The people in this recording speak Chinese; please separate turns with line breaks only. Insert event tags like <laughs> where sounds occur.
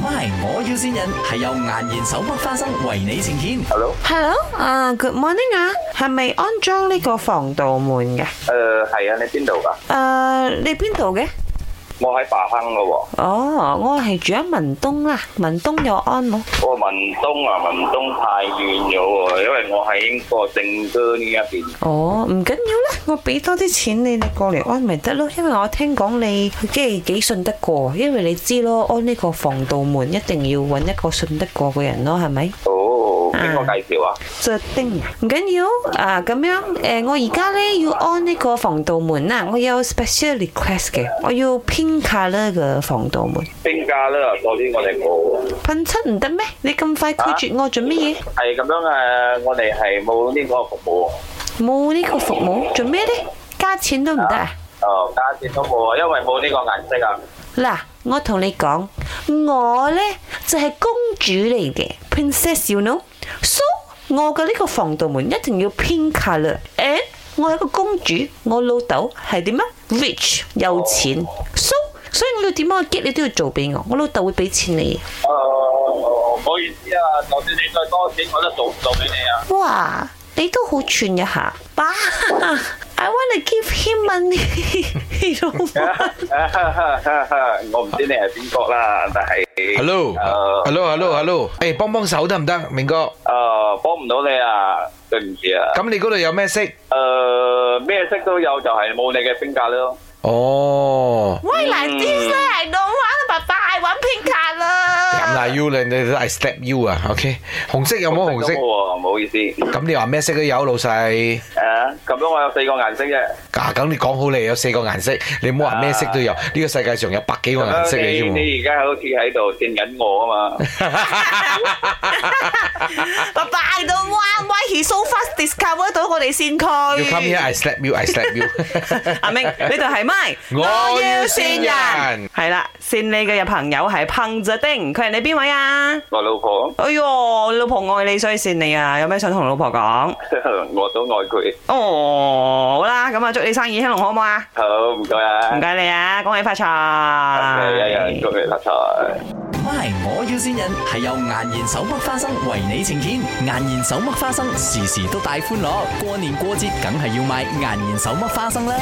MY，我要先人係由顏然手剝花生為你呈現。
Hello，
Hello，啊、g o o d morning 啊，係咪安裝呢個防盜門
誒
嘅？誒、
係啊，你邊度㗎？
呃你邊度嘅？
我喺白坑㗎喎，
哦，我係住喺文東啦，文東有安冇？
我文東啊，文東太遠咗喎，因為我喺個正哥呢一邊。
哦，唔緊要啦，我俾多啲錢你，你過嚟安咪得咯。因為我聽講你即係幾信得過，因為你知咯，安呢個防盜門一定要揾一個信得過嘅人咯，係咪？
哦，
À.
邊個介紹啊？
着丁唔緊要啊，咁樣誒、我而家咧要安呢個防盜門啦，我有 special request 嘅，我要 pink colour 嘅防盜門。
邊家啦，嗰邊我哋冇。
噴漆唔得咩？你咁快拒絕我做乜嘢？
係咁樣誒，我哋係冇呢個服務。
冇呢個服務做咩呢？加錢都唔得啊！
哦，價錢都冇啊，因為冇呢個顏色啊。
嗱，我同你講，我呢就係公主嚟嘅，princess you know，so 我嘅呢個防盜門一定要 pink colour。誒，我係一個公主，我老豆係點啊？rich 有錢，so 所以我要點樣激你都要做俾我，我老豆會俾錢你。
Ờ, 哦，唔好意思啊，就算你再多錢，我都做唔到俾你啊。
哇，你都好串一下，爸，I wanna give him money，你 <laughs> 老母。
我唔知你係邊個啦，但係
Hello，
誒
hello，hello，hello，誒幫幫手得唔得，明哥？
誒幫唔到你啊，對唔住啊。
咁你嗰度有咩色？
誒呃咩色都有，就係冇你嘅性格咯。
哦，
Why like this 咧？I don't want 爸爸，I want pink card
咁
啦。
嗱 U 你你 I step U 啊，OK？紅色有冇紅色
都？冇喎，唔好意思。
咁你話咩色都有，老細。
誒咁樣我有四個顏色啫。
啊，咁你講好你有四個顏色，你唔好話咩色都有。呢個世界上有百幾個顏色你知
你
冇？
你而家好似喺度電緊我啊
<laughs>
嘛。
爸爸，I don't want why he so fast discover 到我哋先佢。
要 come
<laughs>
here I slap you I slap you。
阿明，呢度係咪？
我要線人
係啦，線你嘅朋友係彭澤丁，佢係你邊位啊？
我老婆， <laughs>
哎哟，老婆愛你所以線你啊，有咩想同老婆講？
我都愛佢。
哦，好啦，咁啊，祝你生意興隆，好唔好啊？
好，唔該啊。
唔該你啊，恭喜發財。
一日祝你發財。
MY，我要先人係由顏然手剝花生為你呈現。顏然手剝花生時時都帶歡樂，過年過節梗係要買顏然手剝花生啦。